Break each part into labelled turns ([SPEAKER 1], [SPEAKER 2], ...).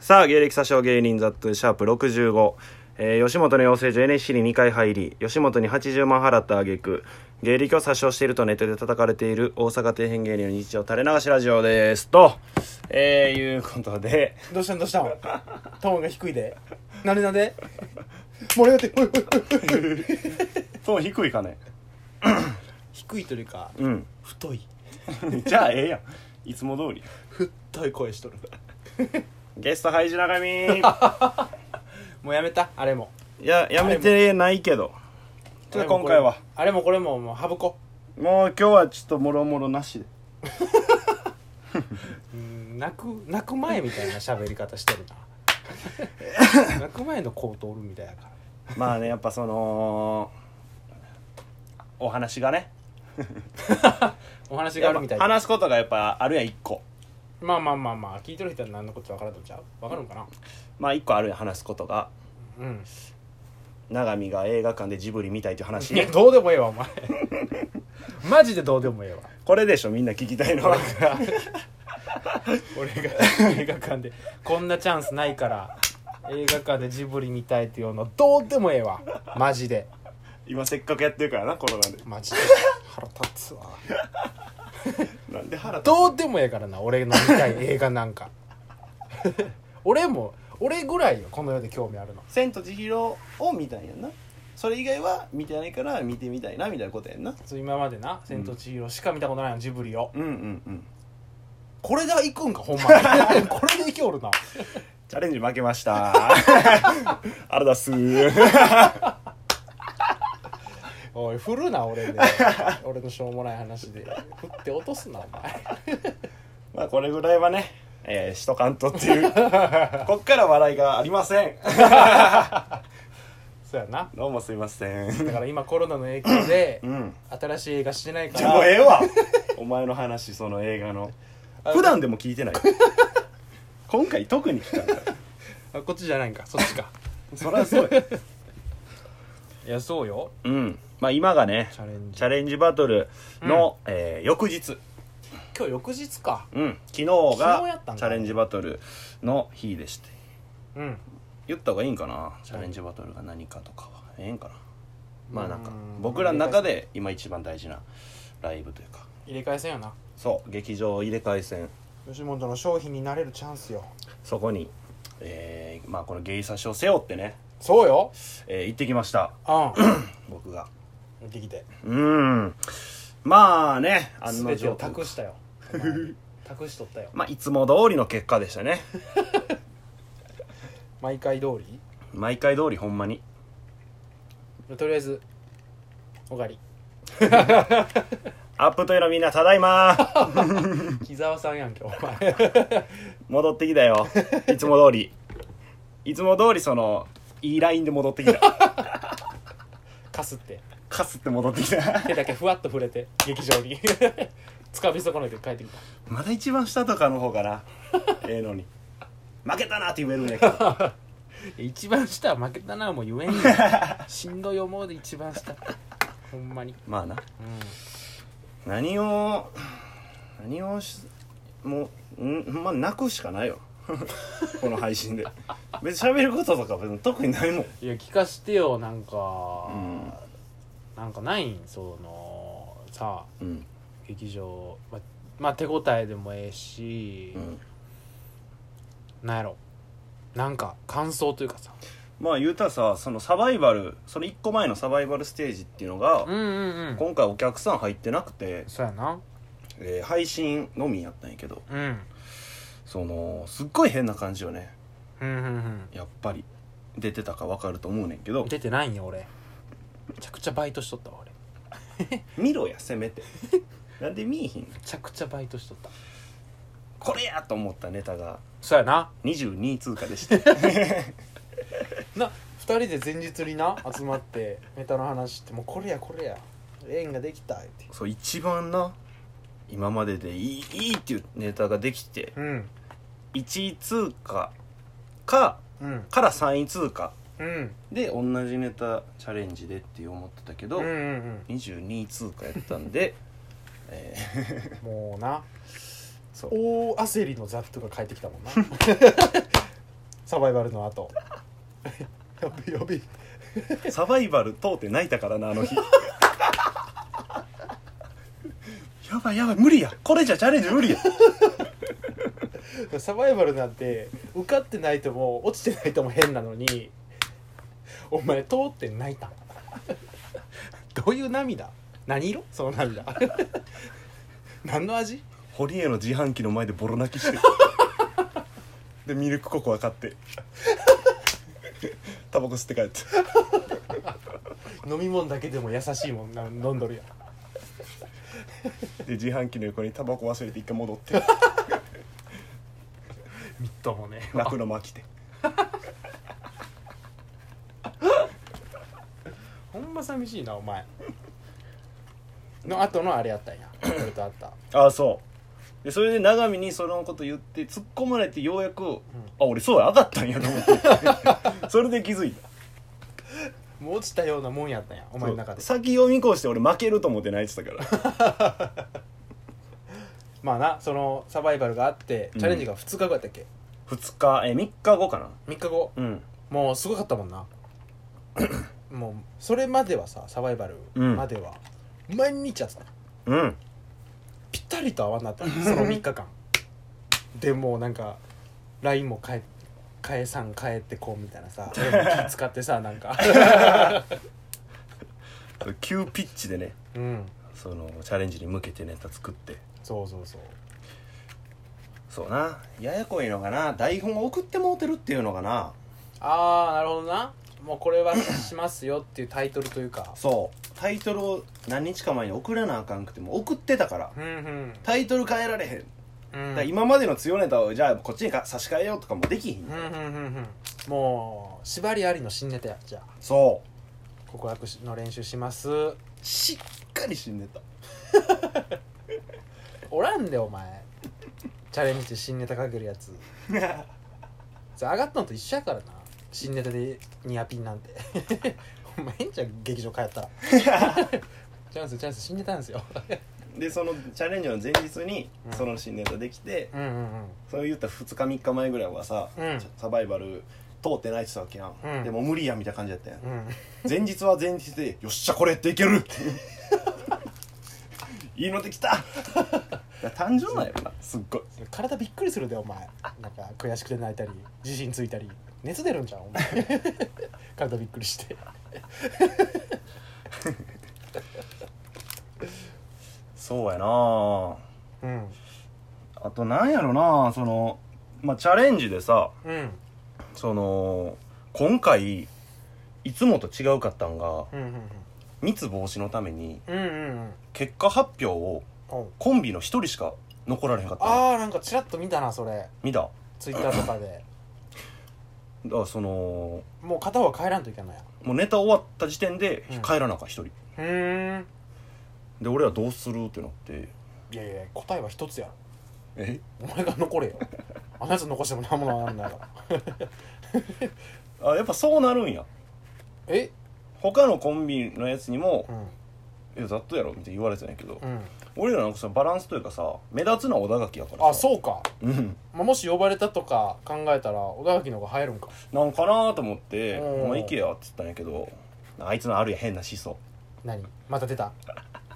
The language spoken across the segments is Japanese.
[SPEAKER 1] さあ、芸歴詐称芸人ザットゥシャープ65。えー吉本の養成所 NSC に2回入り、吉本に80万払った挙句、芸歴を詐称しているとネットで叩かれている大阪底辺芸人の日常垂れ流しラジオです。と、えー、いうことで、
[SPEAKER 2] どうしたんどうしたんトーンが低いでなんでなんで盛り上がっておいおいおい
[SPEAKER 1] そう低いかね。
[SPEAKER 2] 低いというか
[SPEAKER 1] うん。
[SPEAKER 2] 太い
[SPEAKER 1] じゃあ、ええやん。いつも通り。
[SPEAKER 2] 太い声しとる
[SPEAKER 1] ゲスト、ハイジ長 見い
[SPEAKER 2] もうやめたあれも
[SPEAKER 1] や、やめてないけど。ちょっと今回は。
[SPEAKER 2] あれもこれももう省こ
[SPEAKER 1] もう今日はちょっともろもろな しで。
[SPEAKER 2] ううん泣く泣く前みたいな喋り方してる な泣く前の子通るみたいやから
[SPEAKER 1] まあね、やっぱその、お話がね。
[SPEAKER 2] お話があるみたいな
[SPEAKER 1] 話すことがやっぱあるやん1個
[SPEAKER 2] まあまあまあまあ聞いてる人は何のこと分からんとちゃう分かるんかな
[SPEAKER 1] まあ1個あるやん話すことが
[SPEAKER 2] うん
[SPEAKER 1] 永見が映画館でジブリ見たいという話
[SPEAKER 2] いやどうでもええわお前 マジでどうでもええわ
[SPEAKER 1] これでしょみんな聞きたいのは
[SPEAKER 2] 俺が映画館でこんなチャンスないから映画館でジブリ見たいっていうのどうでもええわマジで
[SPEAKER 1] 今せっかくやってるからなコロナで
[SPEAKER 2] マジで腹立つわ
[SPEAKER 1] なんで腹立
[SPEAKER 2] どうでもええからな俺の見たい映画なんか俺も俺ぐらいよこの世で興味あるの
[SPEAKER 1] つ千と千尋を見たいやんなそれ以外は見てないから見てみたいなみたいなことやんな
[SPEAKER 2] そう今までな「千と千尋」しか見たことないのジブリを
[SPEAKER 1] うんうんうん
[SPEAKER 2] これで行くんかほんまに これで行きおるな
[SPEAKER 1] チャレンジ負けました あれだっすー
[SPEAKER 2] おい振るな俺で俺のしょうもない話で振って落とすなお前
[SPEAKER 1] まあこれぐらいはねえー、しとかんとって いうこっから笑いがありません
[SPEAKER 2] そうやな
[SPEAKER 1] どうもすいません
[SPEAKER 2] だから今コロナの影響で
[SPEAKER 1] うん
[SPEAKER 2] 新しい映画してない か
[SPEAKER 1] じゃあもうえ
[SPEAKER 2] ら
[SPEAKER 1] えわお前の話その映画の普段でも聞いてない 今回特に聞かない
[SPEAKER 2] あこっちじゃないんかそっちか
[SPEAKER 1] そりゃそうや
[SPEAKER 2] いやそうよ
[SPEAKER 1] うんまあ今がね
[SPEAKER 2] チャレンジ
[SPEAKER 1] チャレンジバトルの、えー翌日、
[SPEAKER 2] 今日翌日か
[SPEAKER 1] うん、昨日
[SPEAKER 2] 昨日
[SPEAKER 1] が
[SPEAKER 2] やったんか
[SPEAKER 1] チャレンジバトルの日でして
[SPEAKER 2] うん
[SPEAKER 1] 言った方がいいんかなチャレンジバトルが何かとかはええんかなまあなんか
[SPEAKER 2] うん
[SPEAKER 1] 僕らの中で今一番大事なライブというか
[SPEAKER 2] 入れ替え戦やな
[SPEAKER 1] そう劇場入れ替え戦
[SPEAKER 2] 吉本の商品になれるチャンスよ
[SPEAKER 1] そこに、えーまあこの芸差しを背負ってね、
[SPEAKER 2] そうよ
[SPEAKER 1] えー行ってきました
[SPEAKER 2] う
[SPEAKER 1] 僕が
[SPEAKER 2] んできて
[SPEAKER 1] うーんまあね案の
[SPEAKER 2] 全て
[SPEAKER 1] 定
[SPEAKER 2] を託し たよお前に託しとったよ
[SPEAKER 1] まあいつも通りの結果でしたね
[SPEAKER 2] 毎回通り
[SPEAKER 1] 毎回通りほんまに
[SPEAKER 2] とりあえずおがり
[SPEAKER 1] アップというのみんなただい ま
[SPEAKER 2] 木沢さんやんけお 前
[SPEAKER 1] 戻ってきたよいつも通りいつも通りそのいいラインで戻ってき た
[SPEAKER 2] かすって
[SPEAKER 1] かすって戻ってきた
[SPEAKER 2] 手だけふわっと触れて劇場に つかみ損ねて帰ってきた
[SPEAKER 1] まだ一番下とかの方か なええのに負けたなって言え るんやけど
[SPEAKER 2] 一番下は負けたなもう言えんよ しんどい思うで一番下ってほんまに、
[SPEAKER 1] まあな
[SPEAKER 2] う
[SPEAKER 1] 何を何をしもうんまあ泣くしかないよ この配信で別に喋ることとか別に特にないもん
[SPEAKER 2] ん、いや聞かしてよなんか、
[SPEAKER 1] うん
[SPEAKER 2] なんかないんそのさあ
[SPEAKER 1] うん
[SPEAKER 2] 劇場ままあ手応えでもええし、
[SPEAKER 1] うん
[SPEAKER 2] なんやろなんか感想というかさ
[SPEAKER 1] まあ言うたらさそのサバイバルその1個前のサバイバルステージっていうのが、
[SPEAKER 2] うんうんうん
[SPEAKER 1] 今回お客さん入ってなくて、
[SPEAKER 2] そうやな
[SPEAKER 1] えー配信のみやったんやけど
[SPEAKER 2] うん
[SPEAKER 1] そのすっごい変な感じよね
[SPEAKER 2] うんうん
[SPEAKER 1] やっぱり出てたか分かると思うねんけ
[SPEAKER 2] う
[SPEAKER 1] ど
[SPEAKER 2] ん出てないんよ俺めちゃくちゃバイトしとったわ俺め
[SPEAKER 1] 見ろやせめ てなんで見いひん
[SPEAKER 2] ちゃくちゃバイトしとった
[SPEAKER 1] これやと思ったネタが
[SPEAKER 2] そうやな
[SPEAKER 1] 22位通過でした
[SPEAKER 2] な2人で前日にな集まってネタの話ってもうこれやこれや縁ができたって
[SPEAKER 1] そう一番な今まででいいいいっていうネタができて
[SPEAKER 2] うん
[SPEAKER 1] 1位通過か
[SPEAKER 2] うん
[SPEAKER 1] から3位通過
[SPEAKER 2] うん
[SPEAKER 1] で同じネタチャレンジでって思ってたけど、
[SPEAKER 2] うんうん
[SPEAKER 1] 22位通過やったんで えー
[SPEAKER 2] うんもうな
[SPEAKER 1] そう
[SPEAKER 2] 大焦りのザットが帰ってきたもんなサバイバルの 後やべやべ
[SPEAKER 1] サバイバル通って泣いたからなあの日 やばいやばい無理やこれじゃチャレンジ無理や
[SPEAKER 2] サバイバルなんて受かってないとも落ちてないとも変なのにお前通って泣いたどういう涙何色その涙 何の味
[SPEAKER 1] 堀江の自販機の前でボロ泣きして でミルクココア買ってタバコ吸って帰って
[SPEAKER 2] 飲み物だけでも優しいもんな飲んどるやん
[SPEAKER 1] で自販機の横にタバコ忘れて一回戻 って
[SPEAKER 2] みっともね
[SPEAKER 1] 泣くのも飽きて
[SPEAKER 2] ほんま寂しいなお前の後のあれやったんや俺とあった
[SPEAKER 1] ああそうでそれで永見にそのこと言って突っ込まれてようやく、あ俺そうや上がったんやと思って それで気づいた
[SPEAKER 2] もう落ちたようなもんやったんやお前の中で
[SPEAKER 1] そう先読み越して俺負けると思って泣いてたから
[SPEAKER 2] まあなそのサバイバルがあってチャレンジが2日後やったっけ、
[SPEAKER 1] 2日え3日後かな
[SPEAKER 2] 3日後
[SPEAKER 1] うん
[SPEAKER 2] もうすごかったもん なもうそれまではさサバイバル
[SPEAKER 1] うん
[SPEAKER 2] までは、毎日やってた
[SPEAKER 1] うん
[SPEAKER 2] ぴったりと合わなかったその3日間でもうなんか LINE も返返さん返ってこうみたいなさ俺も気使ってさなん か
[SPEAKER 1] 急ピッチでね
[SPEAKER 2] うん
[SPEAKER 1] そのチャレンジに向けてネタ作って
[SPEAKER 2] そうそうそう
[SPEAKER 1] そうなややこいのかな台本を送ってもうてるっていうのかな
[SPEAKER 2] ああなるほどなもうこれはしますよっていうタイトルというか
[SPEAKER 1] そうタイトルを何日か前に送らなあかんくても送ってたから
[SPEAKER 2] うん
[SPEAKER 1] タイトル変えられへん、
[SPEAKER 2] う
[SPEAKER 1] だ
[SPEAKER 2] んう
[SPEAKER 1] から
[SPEAKER 2] ん
[SPEAKER 1] 今までの強ネタをじゃあこっちにか差し替えようとかもできひん、
[SPEAKER 2] うんうんうんうんもう縛りありの新ネタやじゃあ
[SPEAKER 1] そう
[SPEAKER 2] 告白しの練習します
[SPEAKER 1] しっかり死んでた
[SPEAKER 2] おらんでお前チャレンジで新ネタかけるやつそれ上がったのと一緒やからな新ネタでニアピンなんてお前変じゃん劇場通ったらチャンスチャンス新ネタなんですよ
[SPEAKER 1] でそのチャレンジの前日に
[SPEAKER 2] うん
[SPEAKER 1] その新ネタできて、
[SPEAKER 2] うんうん
[SPEAKER 1] それ言った2日3日前ぐらいはさ、
[SPEAKER 2] うん
[SPEAKER 1] サバイバル通ってないってたわけやん、
[SPEAKER 2] うん
[SPEAKER 1] でも無理やみたいな感じやったやん
[SPEAKER 2] うんうん
[SPEAKER 1] 前日は前日でよっしゃこれやっていける っていいのできた誕生なんやろなすっごい
[SPEAKER 2] 体びっくりするでお前なんか悔しくて泣いたり自信ついたり熱出るんじゃんお前体びっくりして
[SPEAKER 1] そうやなあ
[SPEAKER 2] うん
[SPEAKER 1] あとなんやろなそのまあチャレンジでさ
[SPEAKER 2] うん
[SPEAKER 1] その今回いつもと違うかったんが
[SPEAKER 2] うんうん
[SPEAKER 1] 密防止のために
[SPEAKER 2] うんうんうんうん
[SPEAKER 1] 結果発表を
[SPEAKER 2] おう
[SPEAKER 1] コンビの一人しか残られへんかったの
[SPEAKER 2] ああなんかちらっと見たなそれ
[SPEAKER 1] 見た
[SPEAKER 2] ツイッターとかで
[SPEAKER 1] だからその
[SPEAKER 2] もう片方は帰らんといけないや
[SPEAKER 1] もうネタ終わった時点で
[SPEAKER 2] うん
[SPEAKER 1] 帰らなあかん一人、
[SPEAKER 2] ふーん
[SPEAKER 1] で俺はどうするってなって
[SPEAKER 2] いやいや答えは一つやろ
[SPEAKER 1] え
[SPEAKER 2] お前が残れよあのやつ残しても何もなんないから
[SPEAKER 1] あやっぱそうなるんや
[SPEAKER 2] え
[SPEAKER 1] 他のコンビのやつにも
[SPEAKER 2] う
[SPEAKER 1] 「
[SPEAKER 2] ん
[SPEAKER 1] いやざっとやろ」みたいに言われてたんやけど、
[SPEAKER 2] うん
[SPEAKER 1] 俺らなんかそのバランスというかさ目立つのは小田垣やからさ
[SPEAKER 2] あそうか、
[SPEAKER 1] うん
[SPEAKER 2] まあ、もし呼ばれたとか考えたら小田垣の方が入るんか
[SPEAKER 1] なんかなと思って「
[SPEAKER 2] うん
[SPEAKER 1] まあ行けや」って言ったんやけどあいつのあるや変な思想
[SPEAKER 2] 何また出た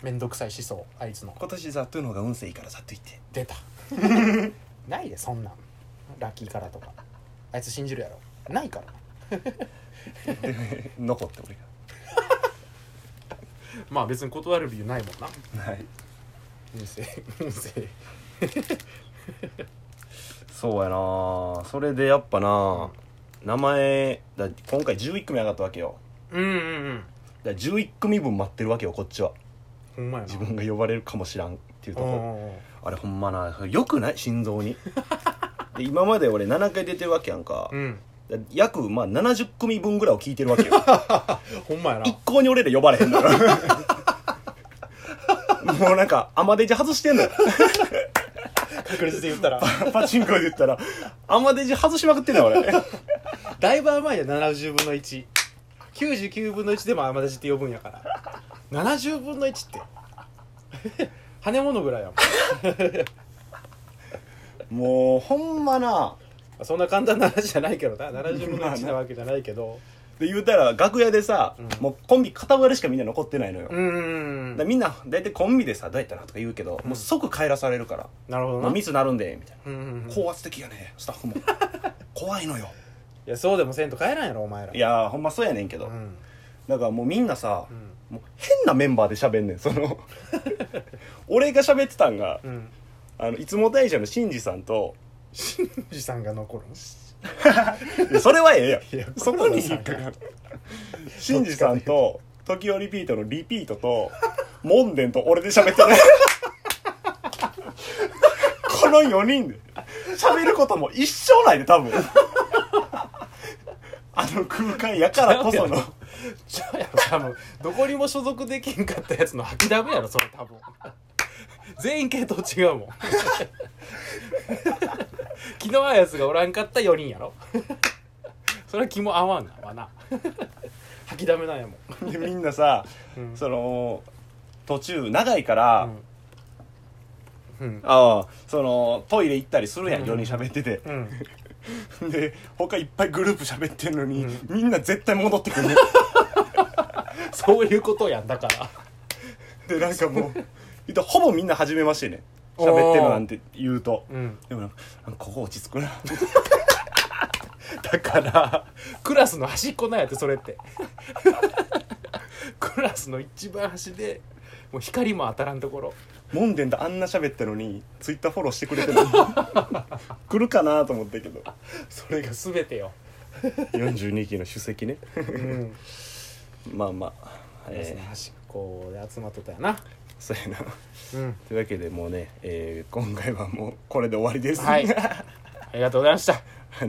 [SPEAKER 2] めんどくさい思想あいつの
[SPEAKER 1] 今年ざっとの方が運勢いいからざっと行って
[SPEAKER 2] 出たないでそんなんラッキーカラーとかあいつ信じるやろないから
[SPEAKER 1] で 残って俺
[SPEAKER 2] まあ別に断る理由ないもんな
[SPEAKER 1] がはい
[SPEAKER 2] 運勢運勢
[SPEAKER 1] そうやなそれでやっぱな名前だ今回11組上がったわけよ
[SPEAKER 2] うんうんうん
[SPEAKER 1] だから11組分待ってるわけよこっちは
[SPEAKER 2] ほんまやな
[SPEAKER 1] 自分が呼ばれるかもしらんっていうところ
[SPEAKER 2] おうおうおう
[SPEAKER 1] あれほんまなよくない心臓にで今まで俺7回出てるわけやんか
[SPEAKER 2] うん
[SPEAKER 1] だ約まあ70組分ぐらいを聞いてるわけ よ
[SPEAKER 2] ほんまやな
[SPEAKER 1] 一向に俺ら呼ばれへんの よもうなんかアマデジ外してんのよ
[SPEAKER 2] 確率で言ったら
[SPEAKER 1] パチンコで言ったらアマデジ外しまくってんのよ俺
[SPEAKER 2] だいぶ甘いよ70分の199分の1でも甘出しって呼ぶんやから70分の1って跳ね物ぐらいやもん
[SPEAKER 1] もうほんまな
[SPEAKER 2] あそんな簡単な話じゃないけどな70分の1なわけじゃないけど
[SPEAKER 1] で言うたら楽屋でさ、
[SPEAKER 2] うん
[SPEAKER 1] もうコンビ片割れしかみんな残ってないのよ、
[SPEAKER 2] うーん
[SPEAKER 1] だからみんな大体コンビでさ「どうやったな?」とか言うけど、もう即帰らされるから「
[SPEAKER 2] なるほど
[SPEAKER 1] も
[SPEAKER 2] な
[SPEAKER 1] うミスなるんで」みたい
[SPEAKER 2] うんうんうん
[SPEAKER 1] な「
[SPEAKER 2] い
[SPEAKER 1] 高圧的やねスタッフ も怖いのよ
[SPEAKER 2] やそうでもせんと帰らんやろお前ら」
[SPEAKER 1] いやーほんまそうやねんけ
[SPEAKER 2] う
[SPEAKER 1] ど、
[SPEAKER 2] ん
[SPEAKER 1] だからもうみんなさ、
[SPEAKER 2] うん
[SPEAKER 1] もう変なメンバーで喋んねんそ の俺が喋ってたんが
[SPEAKER 2] うん
[SPEAKER 1] あのいつも大社の新次さんと
[SPEAKER 2] 富士山が残る
[SPEAKER 1] それはええやん
[SPEAKER 2] いや
[SPEAKER 1] そこに
[SPEAKER 2] 黒
[SPEAKER 1] 引っ
[SPEAKER 2] 田さ
[SPEAKER 1] か
[SPEAKER 2] んが
[SPEAKER 1] かる新次さんと時をリピートのリピートと門殿と俺で喋ってないこの4人で喋ることも一生ないで多分あの空間やからこその
[SPEAKER 2] ちゃうやろ多分どこにも所属できんかったやつの吐きだめやろそれ多分全員系統違うもん気の合うやつがおらんかった4人やろそれは気も合わんなわな吐きだめなんやもん
[SPEAKER 1] でみんなさ、
[SPEAKER 2] うん
[SPEAKER 1] その途中長いから、
[SPEAKER 2] うん
[SPEAKER 1] ああそのトイレ行ったりするやん
[SPEAKER 2] うん
[SPEAKER 1] 4人喋ってて、
[SPEAKER 2] うん、うん、
[SPEAKER 1] で他いっぱいグループ喋ってんのに、
[SPEAKER 2] うん
[SPEAKER 1] みんな絶対戻ってくるね
[SPEAKER 2] そういうことやんだから
[SPEAKER 1] でなんかもう言うとほぼみんな初めましてね喋ってるなんて言うと、
[SPEAKER 2] うん
[SPEAKER 1] でもなんかなんかここ落ち着くなだから
[SPEAKER 2] クラスの端っこなんやってそれってクラスの一番端でもう光も当たらんところ
[SPEAKER 1] モンデンとあんな喋ったのにツイッターフォローしてくれてるのに 来るかなと思ったけど
[SPEAKER 2] それが全てよ、
[SPEAKER 1] 42期の主席ね
[SPEAKER 2] うん、
[SPEAKER 1] まあまあえー
[SPEAKER 2] 端っこで集まっとったやな、
[SPEAKER 1] そうやな
[SPEAKER 2] うん、
[SPEAKER 1] というわけでもうね、えー今回はもうこれで終わりです、
[SPEAKER 2] はいありがとうございました